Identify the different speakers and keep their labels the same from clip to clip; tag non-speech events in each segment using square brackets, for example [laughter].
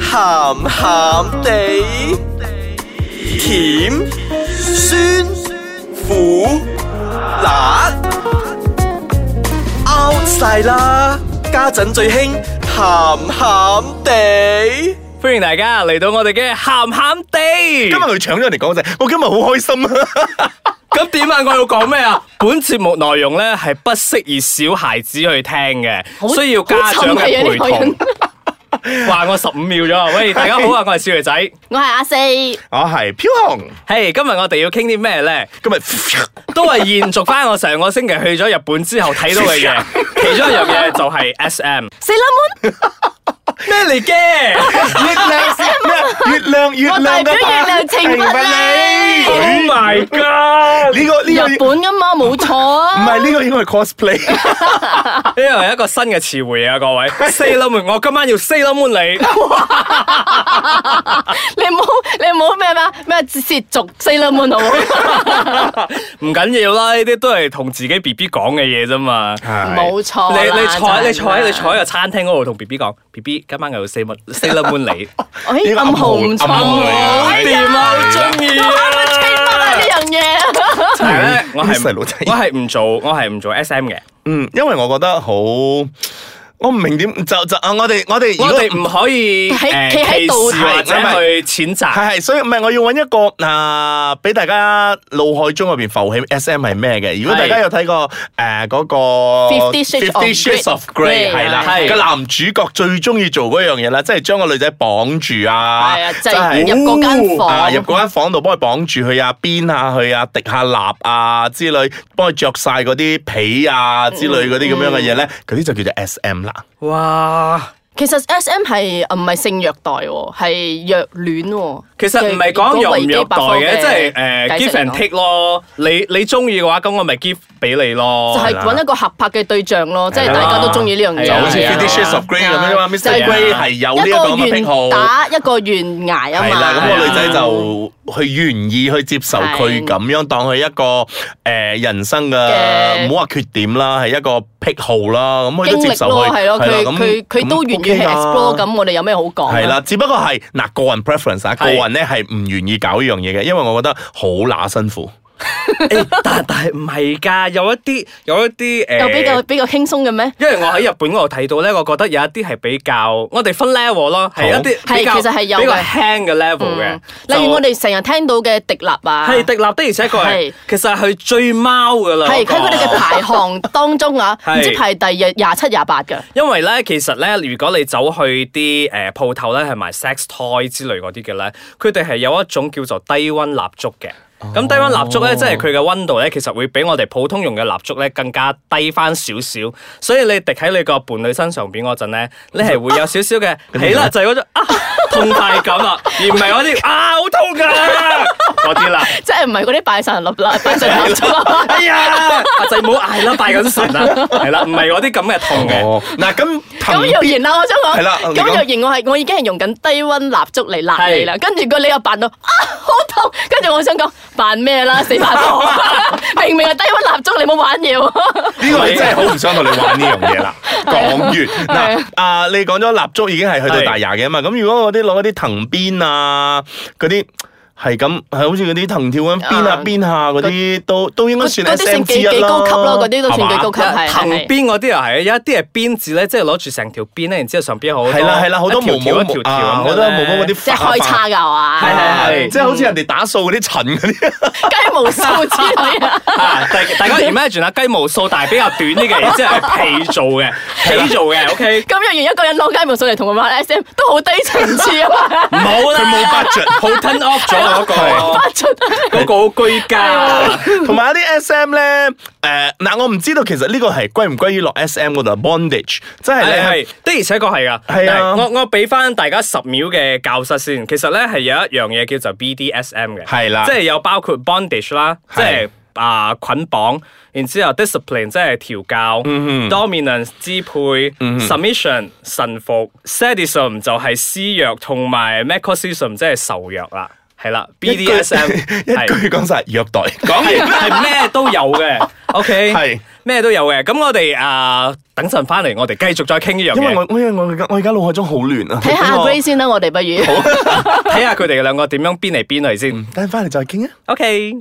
Speaker 1: 鹹鹹地，甜酸苦辣 out 晒啦！家陣最興鹹鹹地。
Speaker 2: 歡迎大家嚟到我哋嘅鹹鹹
Speaker 3: 今日
Speaker 2: 地。
Speaker 3: 佢搶咗人哋講就係，我今日好開心 [laughs] 啊！
Speaker 2: 咁點啊？我要講咩啊？本節目內容咧係不適宜小孩子去聽嘅，需要家長嘅陪
Speaker 4: 好沉迷啊呢個
Speaker 2: 同。話我十五秒咗啊，喂，大家好啊，我係少爺仔。
Speaker 4: 我係阿四，
Speaker 3: [laughs] 我係飄紅，
Speaker 2: 嘿，今日我哋要傾啲咩咧？
Speaker 3: [laughs] 今日
Speaker 2: 都係延續翻我上個星期去咗日本之後睇到嘅嘢，其中一樣嘢就係 S M。
Speaker 4: 四粒
Speaker 2: 咩嚟 [laughs] 嘅
Speaker 3: 月亮月亮月
Speaker 4: 我
Speaker 3: 亮
Speaker 4: 代
Speaker 3: 嘅
Speaker 4: 表月亮
Speaker 3: 懲
Speaker 4: 懲罰你
Speaker 3: [laughs] 罰你
Speaker 2: Oh ？My God！
Speaker 3: 呢個呢個
Speaker 4: 門，日本噶嘛，冇錯
Speaker 3: 唔
Speaker 4: 啊。
Speaker 3: 係呢個應該係 [laughs] cosplay。
Speaker 2: 呢個係一個新嘅詞彙啊，各位。Sailor Moon，我今晚要 Sailor Moon 你。
Speaker 4: 你唔好你唔好咩咩咩褻瀆四粒門好唔好？
Speaker 2: 唔緊要啦，呢啲都係同自己 B B 講嘅嘢啫嘛。
Speaker 4: 冇錯啦。
Speaker 2: 你你坐喺
Speaker 4: 真係
Speaker 2: 你坐喺你坐喺個餐廳嗰度同 B B 講，B B 今晚我要 Sailor Sailor Moon 你。
Speaker 4: 哎暗號唔
Speaker 3: [laughs]
Speaker 4: 錯
Speaker 3: 暗號嚟
Speaker 4: 喎，
Speaker 3: 㗎
Speaker 2: 好掂啊，好中意啊！
Speaker 4: 呢樣嘢。
Speaker 2: 但係咧，我係
Speaker 3: 啲細路仔
Speaker 2: 我係唔做，我係唔做 S M 嘅。
Speaker 3: 嗯，因為我覺得好，我唔明點就就啊！我哋我哋如
Speaker 2: 我
Speaker 3: 果
Speaker 2: 哋唔可以
Speaker 4: 喺
Speaker 2: 誒
Speaker 4: 企喺度
Speaker 2: 歧視或者
Speaker 3: 睇
Speaker 2: 去譴責。
Speaker 3: 係係，所以唔係我要揾一個啊，俾大家腦海中入邊浮起 S.M. 係咩嘅？如果大家有睇過誒嗰個
Speaker 4: Fifty Shades of
Speaker 3: Shades of Grey
Speaker 4: Grey，
Speaker 3: 係啦，
Speaker 2: 係
Speaker 3: 個男主角最中意做嗰樣嘢啦，即係將個女仔綁住啊，
Speaker 4: 係啊
Speaker 3: 即係
Speaker 4: 就係入嗰間房
Speaker 3: 啊入嗰間房度幫佢綁住佢啊，鞭下佢啊，滴下蠟啊之類，幫佢着晒嗰啲被啊之類嗰啲咁樣嘅嘢咧，嗰啲就叫做 S.M. 啦。
Speaker 2: 哇！
Speaker 4: 其實 S.M. 係唔係性虐待喎，係虐戀喎。
Speaker 2: 其實唔係講用唔虐待嘅，即係誒
Speaker 4: 解
Speaker 2: give
Speaker 4: 釋嚟
Speaker 2: and
Speaker 4: 講
Speaker 2: take 咯。你你中意嘅話，咁我咪 give 俾你咯。
Speaker 3: 哦
Speaker 4: 就係揾一個合拍嘅對象咯，即係大家都中意呢樣嘢。
Speaker 2: 係
Speaker 3: 就
Speaker 2: 啊
Speaker 3: 好似
Speaker 2: 係啊
Speaker 3: Fifty Shades of Grey 咁樣嘛
Speaker 4: 就係
Speaker 3: ，Mr. Grey 係有呢
Speaker 4: 一
Speaker 3: 一個咁嘅癖
Speaker 4: 個
Speaker 3: 好
Speaker 4: 圓。打一個懸崖啊
Speaker 3: 係
Speaker 4: 嘛。
Speaker 3: 啦，咁個女仔
Speaker 2: 係啊
Speaker 3: 就去願意去接受佢
Speaker 4: 係
Speaker 3: 咁樣當佢一個誒、呃人生
Speaker 4: 嘅
Speaker 3: 嘅，唔好話缺點啦，係一個癖好啦，咁佢都
Speaker 4: 經
Speaker 3: 接
Speaker 4: 歷
Speaker 3: 受
Speaker 4: 咯，
Speaker 3: 佢
Speaker 4: 係咯，
Speaker 3: 啦
Speaker 4: 佢
Speaker 3: 咁啊
Speaker 4: 佢佢都願意去 explore，。咁我哋有咩好講啊？
Speaker 3: 係啦，只不過係嗱個人 preference 啊，個
Speaker 2: 係
Speaker 3: 人咧係唔願意搞呢樣嘢嘅，因為我覺得好乸辛苦。
Speaker 2: 誒但但係唔係㗎？有一啲有一啲誒，
Speaker 4: 又比較比較輕鬆嘅咩？
Speaker 2: 因為我喺日本嗰度睇到咧，我覺得有一啲係比較，我哋分 level 咯，係一啲
Speaker 4: 係
Speaker 2: 比較
Speaker 4: 其實係有嘅嗯
Speaker 2: 比較輕嘅 level 嘅。
Speaker 4: 例如我
Speaker 2: 哋
Speaker 4: 哋成日聽到嘅迪立啊，
Speaker 2: 係迪立的，而且確係
Speaker 4: 係
Speaker 2: 其實係去追貓㗎
Speaker 3: 啊
Speaker 2: 啦。
Speaker 4: 係
Speaker 2: 嗰個
Speaker 4: 喺佢哋嘅排行當中
Speaker 3: [laughs]
Speaker 4: 啊，
Speaker 2: 係
Speaker 4: 唔知排第廿廿七廿八嘅。
Speaker 2: 因為咧，其實咧，如果你走去啲呃誒鋪頭咧，係賣 sex toy 之類嗰啲嘅咧，佢哋係有一種叫做低温蠟燭嘅。咁低温蠟燭咧，即係佢嘅温度咧，其實會比我哋普通用嘅蠟燭咧更加低翻少少，所以你滴喺你個伴侶身上邊嗰陣咧，你係會有少少嘅起啦，就係嗰種啊痛快感啦，而唔係嗰啲啊好痛啊㗎嗰啲啦。
Speaker 4: 即係唔係嗰啲拜神立啦，拜神立啊
Speaker 3: [laughs]
Speaker 4: 咗。
Speaker 2: 哎呀，阿仔唔好嗌啦，拜緊神啦，係啦，唔係嗰啲咁嘅痛嘅。
Speaker 3: 哦，嗱咁
Speaker 4: 咁
Speaker 3: 藤
Speaker 4: 若然啦，啊我想講，
Speaker 3: 係啦
Speaker 4: 咁
Speaker 3: 你講
Speaker 4: 若然我係我已經係用緊低温蠟燭嚟辣你啦，跟住個你又扮到啊好痛，跟住我想講扮咩啦，死八
Speaker 3: [laughs]
Speaker 4: 婆！明明係低温蠟燭，你冇玩嘢喎。
Speaker 3: 呢個你真係好唔想同你玩呢樣嘢啦。講完嗱，啊你講咗蠟燭已經係去到大牙嘅嘛，咁如果嗰啲攞嗰啲藤鞭啊，嗰啲係咁係好似嗰啲藤條咁鞭下
Speaker 4: 啊
Speaker 3: 鞭下嗰啲，都都應該算
Speaker 4: 嗰啲
Speaker 3: S
Speaker 4: 算
Speaker 3: M 之
Speaker 4: 幾
Speaker 3: 一
Speaker 4: 幾
Speaker 3: 啦。
Speaker 4: 高級咯，嗰啲都算幾
Speaker 3: 係嘛
Speaker 4: 高級，係
Speaker 2: 藤
Speaker 4: 係。
Speaker 2: 邊嗰啲又係，有一啲係鞭字咧，即係攞住成條鞭咧，然之後上邊好多
Speaker 3: 係啦係啦，好多
Speaker 2: 一條
Speaker 3: 毛
Speaker 2: 條
Speaker 3: 毛
Speaker 2: 一條條
Speaker 3: 啊
Speaker 2: 咁
Speaker 3: 好多毛毛嗰啲
Speaker 4: 即係
Speaker 3: 花花
Speaker 4: 開叉㗎
Speaker 2: 係係
Speaker 4: 話，
Speaker 2: 係
Speaker 3: 即係好似人哋打掃嗰啲塵嗰啲。
Speaker 4: 雞毛掃之類啊。
Speaker 3: [laughs]
Speaker 2: 啊大大家 imagine 啊啦，雞毛掃，但係比較短啲嘅，然之後係皮做嘅，皮做嘅，OK，
Speaker 4: 咁若然一個人攞雞毛掃嚟同佢玩 S M，都好低層次啊
Speaker 3: [laughs]
Speaker 4: 嘛。
Speaker 2: 冇啦，
Speaker 3: 佢冇 budget
Speaker 2: 好 turn off 咗啊啦嗰
Speaker 3: 啊
Speaker 2: 個，
Speaker 4: 出
Speaker 2: 嗰個好居家。啊
Speaker 3: 同埋有啲 S.M 咧，誒、嗱，我唔知道其實呢個係歸唔歸於落 S.M 嗰度啊 bondage，即係
Speaker 2: 係
Speaker 3: 咧
Speaker 2: 係的，而且確係噶。
Speaker 3: 係啊
Speaker 2: 但我我俾翻大家十秒嘅教室先。其實咧係有一樣嘢叫做 BDSM 嘅，
Speaker 3: 係啦
Speaker 2: 即係有包括 bondage 啦，即係
Speaker 3: 係
Speaker 2: 啊捆綁，然之後 discipline 即係調教、dominance
Speaker 3: 嗯
Speaker 2: 支配、submission 臣服、sadism 就係施虐，同埋 masochism 即係受虐啦。系啦，BDSM
Speaker 3: [laughs]
Speaker 2: [laughs]
Speaker 3: 一
Speaker 2: 係
Speaker 3: 句講晒虐待，講
Speaker 2: 係
Speaker 3: 完
Speaker 2: 係咩都有嘅，OK，
Speaker 3: [laughs] 係
Speaker 2: 咩都有嘅。咁我哋啊，等陣翻嚟，我哋繼續再傾呢樣
Speaker 3: 因為
Speaker 2: 嘢，
Speaker 3: 我因為我而家我而家腦海中好亂啊，
Speaker 4: 睇下阿 Grace 先啦，我哋不如。
Speaker 2: 睇下佢哋兩個點樣邊嚟邊去先。
Speaker 3: 等翻嚟再傾啊。
Speaker 2: OK，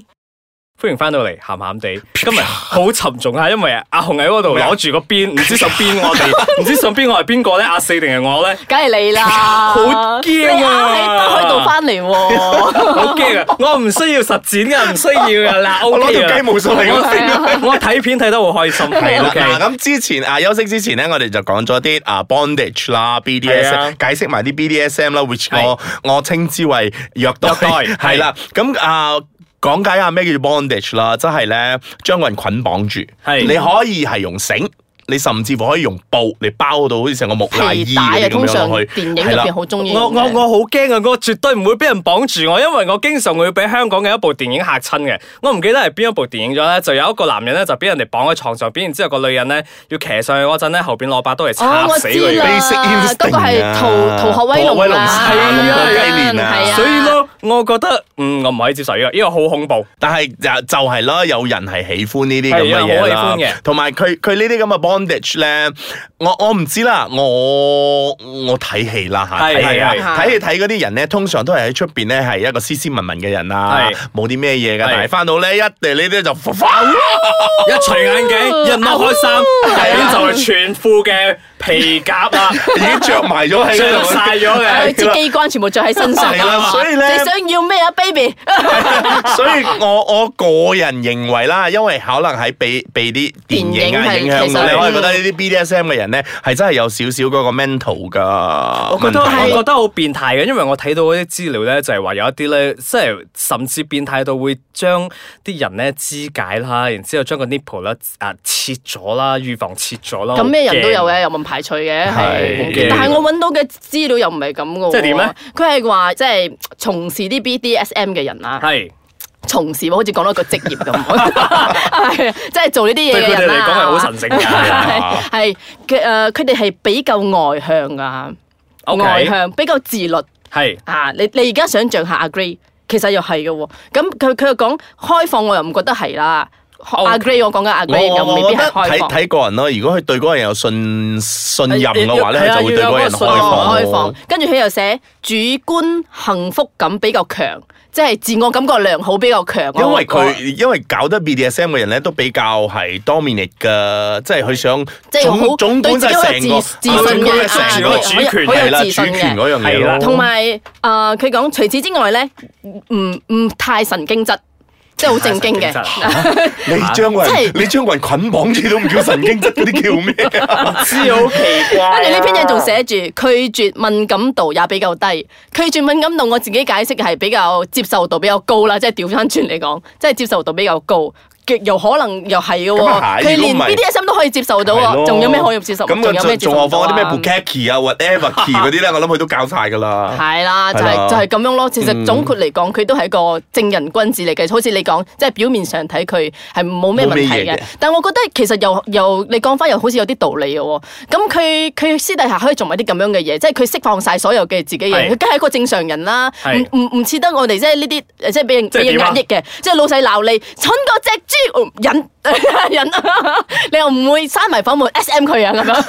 Speaker 2: 歡迎翻到嚟，鹹鹹
Speaker 3: [laughs]
Speaker 2: 地，今日好沉重啊，因為阿紅喺嗰度
Speaker 3: 啊
Speaker 2: 攞住個邊，唔知上邊我
Speaker 3: [laughs]
Speaker 2: 哋，唔知上邊我係邊個咧？阿四定係我咧？
Speaker 4: 梗係你啦，
Speaker 2: 好驚啊
Speaker 4: 你啱喺度翻嚟喎，
Speaker 2: 好驚
Speaker 3: [laughs]
Speaker 2: 啊！我唔需要實踐噶，唔需要噶啦。
Speaker 3: 我攞
Speaker 2: OK
Speaker 3: 條
Speaker 2: 㗎啦
Speaker 3: 雞毛掃嚟咁
Speaker 4: [laughs] 係啊
Speaker 2: 我睇片睇得好開心，係
Speaker 3: 嗱
Speaker 2: OK。
Speaker 3: 咁之前啊休息之前咧，我哋就講咗啲啊 bondage
Speaker 2: 係
Speaker 3: 啦
Speaker 2: 啊
Speaker 3: ，BDSM 解釋埋啲 BDSM 啦，which
Speaker 2: 係
Speaker 3: 我我稱之為虐待，
Speaker 2: 虐
Speaker 3: [laughs]
Speaker 2: 待係
Speaker 3: 係啦。咁啊講解下咩叫做 bondage 啦，即係咧將個人捆綁住，
Speaker 2: 係
Speaker 3: 你可以係用繩。你甚至乎可以用布嚟包到好似成個木乃
Speaker 4: 皮
Speaker 3: 伊
Speaker 4: 帶
Speaker 3: 咁
Speaker 4: 啊，通
Speaker 3: 樣
Speaker 4: 常
Speaker 3: 落去，
Speaker 4: 電影
Speaker 3: 係
Speaker 4: 入
Speaker 3: 啦
Speaker 4: 邊好中意用嘅。哦
Speaker 2: 我我我好驚啊！我絕對唔會俾人綁住我，因為我經常會俾香港嘅一部電影嚇親嘅。我唔記得係邊一部電影咗咧，就有一個男人咧就俾人哋綁喺床上邊，然之後個女人咧要騎上去嗰陣咧，後邊攞把刀嚟
Speaker 4: 哦
Speaker 2: 插，
Speaker 4: 我
Speaker 2: 死佢
Speaker 4: 知
Speaker 2: 嘅。
Speaker 4: 啦
Speaker 3: Basic，
Speaker 4: 嗰個
Speaker 3: instinct
Speaker 4: 係
Speaker 3: 啊
Speaker 4: 逃逃學威龍啦，
Speaker 3: 逃學
Speaker 2: 威龍係啊
Speaker 4: 係
Speaker 3: 雞年啊
Speaker 4: 係
Speaker 2: 所以咯，我覺得嗯，我唔可以接受呢個，呢個好恐怖。
Speaker 3: 但係就就係啦，有人係喜歡呢啲咁
Speaker 2: 係啊
Speaker 3: 嘅嘢
Speaker 2: 好
Speaker 3: 啦
Speaker 2: 喜歡嘅，
Speaker 3: 同埋佢佢呢啲咁嘅 bondage 咧，我我唔知啦，我我睇戲啦嚇，
Speaker 2: 係
Speaker 3: 睇戲啊
Speaker 2: 係
Speaker 4: 係
Speaker 3: 睇戲睇嗰啲人咧，通常都係喺出邊咧係一個斯斯文文嘅人啊
Speaker 2: 係，
Speaker 3: 冇啲咩
Speaker 2: 係
Speaker 3: 嘢㗎，但係翻到咧一地呢啲就
Speaker 2: 一除眼鏡，一剝開衫，邊就係全副嘅皮夾啦，
Speaker 3: 已經着埋咗喺
Speaker 2: 着
Speaker 3: 度
Speaker 2: 晒咗嘅。
Speaker 4: 佢啲機關全部着喺身上啊
Speaker 3: 係啦所以咧
Speaker 4: 你想要咩啊，baby？
Speaker 3: [laughs] 所以我我個人認為啦，因為可能喺被被啲電影啊
Speaker 4: 電
Speaker 3: 影
Speaker 4: 影係嗯
Speaker 3: 響到
Speaker 4: 其
Speaker 3: 咧，
Speaker 4: 實
Speaker 3: 我係覺得呢啲 BDSM 嘅人咧係真係有少少嗰個 mental 噶。
Speaker 2: 我覺得
Speaker 3: 問題
Speaker 2: 我覺得好變態嘅，因為我睇到嗰啲資料咧，就係話有一啲咧，即係甚至變態到會將啲人咧肢解啦，然之後將個 nipple 啦啊切咗啦，預防切咗啦。
Speaker 4: 咁咩人都有
Speaker 2: 嘅。
Speaker 4: 嘅，又唔排除嘅，
Speaker 3: 係
Speaker 4: 係。但係我揾到嘅資料又唔係咁嘅喎。
Speaker 2: 即係點咧？
Speaker 4: 佢係話即係從事啲 BDSM 嘅人啊，
Speaker 2: 係
Speaker 4: 從事好似講到一個職
Speaker 3: [laughs]
Speaker 4: 業咁， [laughs] 係啊即係做呢啲嘢
Speaker 2: 對
Speaker 4: 嘅
Speaker 2: 佢哋
Speaker 4: 人
Speaker 2: 嚟
Speaker 4: 啦。
Speaker 2: 講係好神聖嘅。
Speaker 3: 啊
Speaker 4: 係係佢誒，佢哋係比較外向噶
Speaker 2: OK
Speaker 4: 外向比較自律
Speaker 2: 係
Speaker 4: 啊！你你而家想象下阿 Gray，其實又係嘅喎。咁佢佢又講開放，我又唔覺得係啦。阿 Gray，我講緊阿
Speaker 3: 哦我
Speaker 4: Gray 又
Speaker 3: 我
Speaker 4: 未
Speaker 3: 我
Speaker 4: 必
Speaker 3: 覺
Speaker 4: 係
Speaker 3: 得睇
Speaker 4: 開放。
Speaker 3: 睇個人咯，如果佢對嗰個人有信信任嘅話咧，
Speaker 2: 係啊
Speaker 3: 佢就會對嗰個人開
Speaker 2: 要有嗰
Speaker 3: 放
Speaker 2: 個
Speaker 3: 咯。
Speaker 2: 信
Speaker 4: 開放，跟住佢又寫主觀幸福感比較強，即係自我感覺良好比較強。
Speaker 3: 因為
Speaker 4: 我
Speaker 3: 佢因為搞得 BDSM 嘅人咧，都比較係 dominate 嘅，即係佢想
Speaker 4: 即係好
Speaker 3: 總總
Speaker 4: 對
Speaker 3: 管
Speaker 4: 自
Speaker 3: 就
Speaker 4: 己好有
Speaker 3: 係成個
Speaker 4: 自自信
Speaker 3: 總管
Speaker 4: 嘅
Speaker 3: 係成
Speaker 2: 啊
Speaker 3: 個
Speaker 2: 主權
Speaker 4: 好有
Speaker 3: 係啦，
Speaker 4: 自
Speaker 3: 主
Speaker 4: 信
Speaker 3: 權
Speaker 4: 嘅。
Speaker 3: 嗰樣嘢
Speaker 2: 係啦
Speaker 3: 咯。
Speaker 4: 同埋誒，呃佢講除此之外咧，唔唔太神經質，即係好正經嘅。
Speaker 3: 你將個
Speaker 4: 啊即
Speaker 3: 人
Speaker 4: 係，
Speaker 3: 你將個人捆綁住都唔叫神經質，嗰啲叫
Speaker 4: [laughs]
Speaker 3: 咩
Speaker 2: [laughs]
Speaker 3: 啊？
Speaker 2: 知好奇怪啊。
Speaker 4: 跟住呢篇嘢仲寫住拒絕敏感度也比較低，拒絕敏感度我自己解釋係比較接受度比較高啦，即係調翻轉嚟講， [laughs] 即係接受度比又高。極有可能又係嘅
Speaker 3: 咁啊
Speaker 4: 喎，
Speaker 3: 係
Speaker 4: 佢
Speaker 3: 如果
Speaker 4: 連
Speaker 3: 唔係
Speaker 4: BDSM 都可以接受到
Speaker 3: 係咯
Speaker 4: 喎，啊仲有咩可以接受？仲
Speaker 3: 咁個
Speaker 4: 有咩接
Speaker 3: 仲
Speaker 4: 受
Speaker 3: 何
Speaker 4: 唔到
Speaker 3: 況嗰啲咩
Speaker 4: 啊？
Speaker 3: Bukaki 啊、whatever
Speaker 4: [laughs]
Speaker 3: key 嗰啲咧，我諗佢都教晒㗎啦。
Speaker 4: 係啦，就
Speaker 3: 係啦
Speaker 4: 係就係咁樣咯。其實總括嚟講，佢都係一個正人君子嚟嘅，好似你講，即係表面上睇佢係冇咩問
Speaker 3: 冇咩
Speaker 4: 題
Speaker 3: 嘢
Speaker 4: 嘅
Speaker 3: 嘅。
Speaker 4: 但我覺得其實又又你講翻又好似有啲道理嘅喎。咁佢佢私底下可以做埋啲咁樣嘅嘢，即係佢釋放晒所有嘅自己
Speaker 2: 係
Speaker 4: 嘢，佢梗係一個正常人啦。
Speaker 2: 係
Speaker 4: 唔唔唔似得我哋即係呢啲呃即係俾人
Speaker 2: 即係
Speaker 4: 俾人
Speaker 2: 點啊
Speaker 4: 壓抑嘅，即係老細鬧你蠢過只豬哦忍 [laughs] 忍，你又唔會閂埋房門 S M 佢啊咁樣。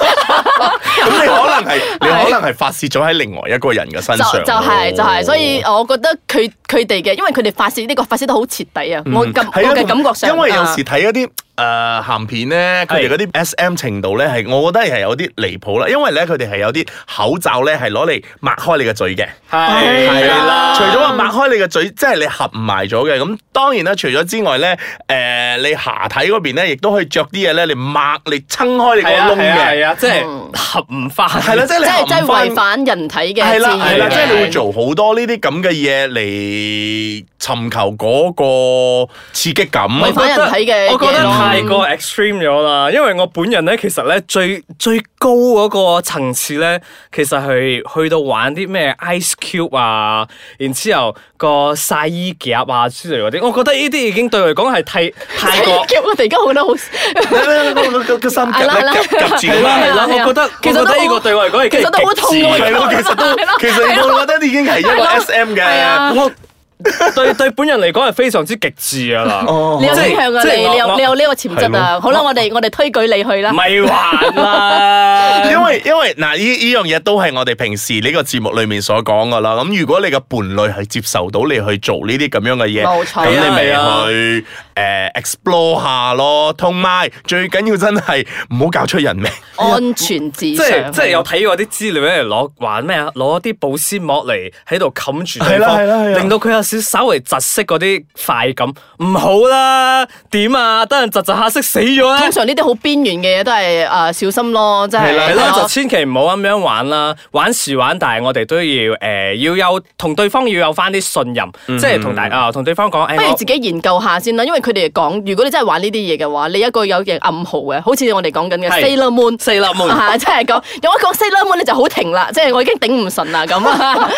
Speaker 3: 咁你可能
Speaker 4: [laughs]
Speaker 3: 係你可能係發泄咗喺另外一個人嘅身
Speaker 4: 就
Speaker 3: 上
Speaker 4: 就係就係，所以我覺得佢佢哋嘅，因為佢哋發泄呢個發泄得好徹底啊！我感
Speaker 3: 係啊
Speaker 4: 我嘅感覺上，
Speaker 3: 因為有
Speaker 4: 啊
Speaker 3: 時睇嗰啲誒鹹片咧，佢哋嗰啲 S.M. 程度咧係，我覺得係有啲離譜啦。因為咧，佢哋係有啲口罩咧係攞嚟擘開你嘅嘴嘅。
Speaker 2: 係
Speaker 4: 係
Speaker 2: 係啦。
Speaker 4: 啦
Speaker 3: 除咗話擘開你嘅嘴，即係你合唔埋咗嘅。咁當然啦，除咗之外咧，誒、你下體嗰邊咧，亦都可以着啲嘢咧嚟擘，嚟撐開你個
Speaker 2: 係啊
Speaker 3: 窿
Speaker 2: 係啊係
Speaker 3: 嘅。
Speaker 2: 啊，即係啊
Speaker 4: 嗯
Speaker 2: 合唔翻。
Speaker 3: 係啦，即係
Speaker 4: 即
Speaker 3: 你合
Speaker 4: 係即係
Speaker 3: 唔翻
Speaker 4: 違反人體嘅
Speaker 3: 係啦
Speaker 4: 自然
Speaker 3: 係啦，
Speaker 4: 嘅
Speaker 3: 即係你會做好多呢啲咁嘅嘢嚟尋求嗰個刺激感。
Speaker 4: 違反人體嘅
Speaker 2: 我覺
Speaker 4: 嘢
Speaker 2: 得
Speaker 4: 咯
Speaker 2: 太過 extreme 咗啦，因為我本人咧，其實咧最最高嗰個層次咧，其實係去到玩啲咩 ice cube 啊，然之後個晒衣夾啊之類嗰啲，我覺得呢啲已經對我嚟講係太太過。
Speaker 4: 叫我哋而家好得好，
Speaker 3: 個 [laughs] 個個心夾
Speaker 4: 係啦
Speaker 3: 夾夾住
Speaker 2: 係
Speaker 3: 咁
Speaker 2: 啦
Speaker 3: 啊
Speaker 2: 係啦，
Speaker 4: 係啊
Speaker 2: 我覺得
Speaker 4: 其實
Speaker 2: 我覺
Speaker 4: 都
Speaker 2: 得呢個
Speaker 4: 好
Speaker 2: 對我嚟講已經
Speaker 4: 其實都好痛
Speaker 2: 極致
Speaker 4: 啊
Speaker 3: 係咯，其實都
Speaker 4: 係咯
Speaker 3: 其實我覺得已經係一個 S M
Speaker 4: 係
Speaker 3: 嘅
Speaker 4: 啊。
Speaker 2: 我對對本人嚟講係非常之極致噶啦。
Speaker 3: 哦
Speaker 4: [laughs] 你有
Speaker 2: 即係
Speaker 4: 傾向啊
Speaker 2: 即係
Speaker 4: 你，
Speaker 2: 我
Speaker 4: 你有
Speaker 2: 我
Speaker 4: 你有呢個潛
Speaker 3: 係
Speaker 4: 質
Speaker 3: 嘛
Speaker 4: 啊！好啦，我哋我哋推舉你去啦。
Speaker 2: 咪玩啦，
Speaker 3: 因為因為嗱，呢呢樣嘢都係我哋平時呢個節目裏面所講噶啦。咁如果你嘅伴侶係接受到你去做呢啲咁樣嘅嘢，
Speaker 4: 冇錯
Speaker 3: 咁你咪
Speaker 2: 係啊
Speaker 3: 去誒 explore 下咯。同埋最緊要真係唔好搞出
Speaker 4: [laughs]
Speaker 3: 人命。
Speaker 4: 安全至
Speaker 2: 即
Speaker 4: 上。
Speaker 2: 係即係有睇過啲資料咧，攞玩咩啊？攞啲保鮮膜嚟喺度冚住對
Speaker 3: 係啦係啦係
Speaker 2: 方，
Speaker 3: 啦
Speaker 2: 令到佢有少稍微窒息嗰啲快感。唔好啦，點啊？得人窒窒下息死咗咧
Speaker 4: 通。常呢啲好邊緣嘅嘢都係诶、呃小心咯，即係
Speaker 3: 係啦
Speaker 2: 係
Speaker 4: 係
Speaker 2: 咯，
Speaker 4: 咯
Speaker 2: 就千祈唔好咁樣玩啦，玩是玩，但係我哋都要誒、呃要有同對方要有翻啲信任，
Speaker 3: 嗯
Speaker 2: 即係同大啊同對方講，誒、
Speaker 4: 不如
Speaker 2: 我
Speaker 4: 自己研究下先啦，因為佢哋講，如果你真係玩呢啲嘢嘅話，你一個有嘅暗號嘅，好似我哋講緊嘅
Speaker 2: 係
Speaker 4: Sailor Moon。
Speaker 2: 四粒門。
Speaker 4: 啊！即係講，有一講 Sailor Moon 你就好停啦，即係我已經頂唔順啦咁啊！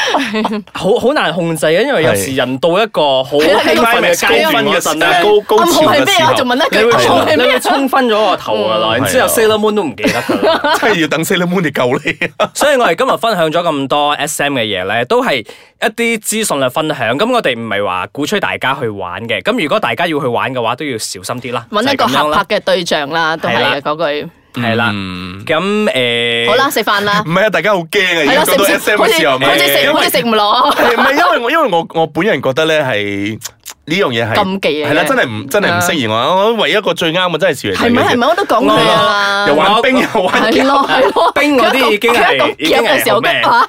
Speaker 2: 好好難控制嘅，啊因為有時
Speaker 3: 係
Speaker 2: 人到一個好
Speaker 4: 係啦
Speaker 2: 興奮嘅階段嗰陣咧，
Speaker 4: [laughs]
Speaker 3: 高高
Speaker 4: 暗號
Speaker 3: 潮
Speaker 4: 係
Speaker 3: 嘅
Speaker 4: 咩
Speaker 3: 時
Speaker 4: 啊？我
Speaker 3: 候
Speaker 4: 仲問一
Speaker 2: 你會
Speaker 4: 句，暗號
Speaker 2: 衝
Speaker 4: 係
Speaker 2: 你
Speaker 4: 咩
Speaker 2: 會
Speaker 4: [laughs] 啊？
Speaker 2: 衝昏咗個頭噶啦，然之後
Speaker 3: 係啊
Speaker 2: Sailor Moon 都唔記得㗎啦。
Speaker 3: 真係要等 Sailor Moon 嚟
Speaker 4: [laughs]
Speaker 3: 救你。
Speaker 2: 所以我哋今日分享咗咁多 S.M. 嘅嘢咧，都係一啲資訊嘅分享。咁我哋唔係話鼓吹大家去玩嘅。咁如果大家要去玩嘅話，都要小心啲啦。
Speaker 4: 揾一
Speaker 2: 就
Speaker 4: 個
Speaker 2: 係咁樣
Speaker 4: 合
Speaker 2: 啦
Speaker 4: 拍嘅對象啦，都係
Speaker 2: 係啦
Speaker 4: 嘅嗰句。
Speaker 2: 係啦。咁誒，
Speaker 4: 好啦，，食飯啦
Speaker 3: 唔，係啊，大家好驚啊！
Speaker 4: 係
Speaker 3: 而家
Speaker 4: 啦，食
Speaker 3: 講
Speaker 4: 唔
Speaker 3: 到
Speaker 4: 食？
Speaker 3: S M
Speaker 4: 好
Speaker 3: 嘅時
Speaker 4: 似
Speaker 3: 候，
Speaker 4: 好似食
Speaker 3: 因
Speaker 4: 好
Speaker 3: 為
Speaker 4: 似食唔落。
Speaker 3: 係唔係因為我因為我我本人覺得咧係呢樣嘢係
Speaker 4: 禁忌嚟嘅
Speaker 3: 係啦，真係唔真係唔適宜我。我唯一一個最啱嘅真係少爺仔
Speaker 4: 係
Speaker 3: 嘅
Speaker 4: 咪
Speaker 3: 啫
Speaker 4: 係咪？我都講佢啦
Speaker 3: 又。玩
Speaker 2: 我
Speaker 3: 冰又玩
Speaker 4: 係咯係咯，
Speaker 2: 冰嗰啲已經係
Speaker 4: 佢一講
Speaker 2: 已經係
Speaker 4: 夾嘅時候，
Speaker 2: 好咩
Speaker 4: 跟啊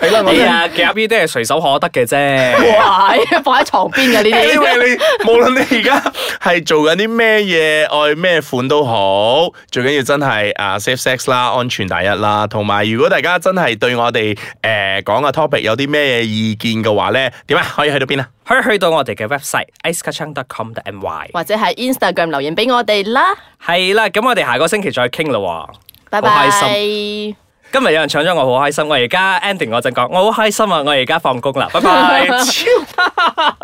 Speaker 3: 係啦，我
Speaker 2: 哎
Speaker 3: 哋
Speaker 2: 呀，夾呢啲係隨手可得嘅啫。 [laughs]
Speaker 4: 哇！放喺床邊嘅
Speaker 3: [laughs]
Speaker 4: 呢
Speaker 3: 因
Speaker 4: 啲，
Speaker 3: 為你無論你而家係做緊啲咩嘢，愛咩款都好，最緊要真係啊 safe sex 啦，安全第一啦。同埋如果大家真係對我哋誒講嘅 topic 有啲咩意見嘅話咧，點啊？可以去到邊啊？
Speaker 2: 可以去到我哋嘅 website icekachang.com.my。
Speaker 4: 或者係 Instagram 留言俾我哋啦，
Speaker 2: 係啦，咁我哋下個星期再傾啦喎。
Speaker 4: 拜
Speaker 2: 好
Speaker 4: 拜
Speaker 2: 開。心今日有人搶咗我
Speaker 4: [laughs]
Speaker 2: [laughs] 好開心，我而家 ending 嗰陣講，我好開心啊！我而家放工啦，拜拜。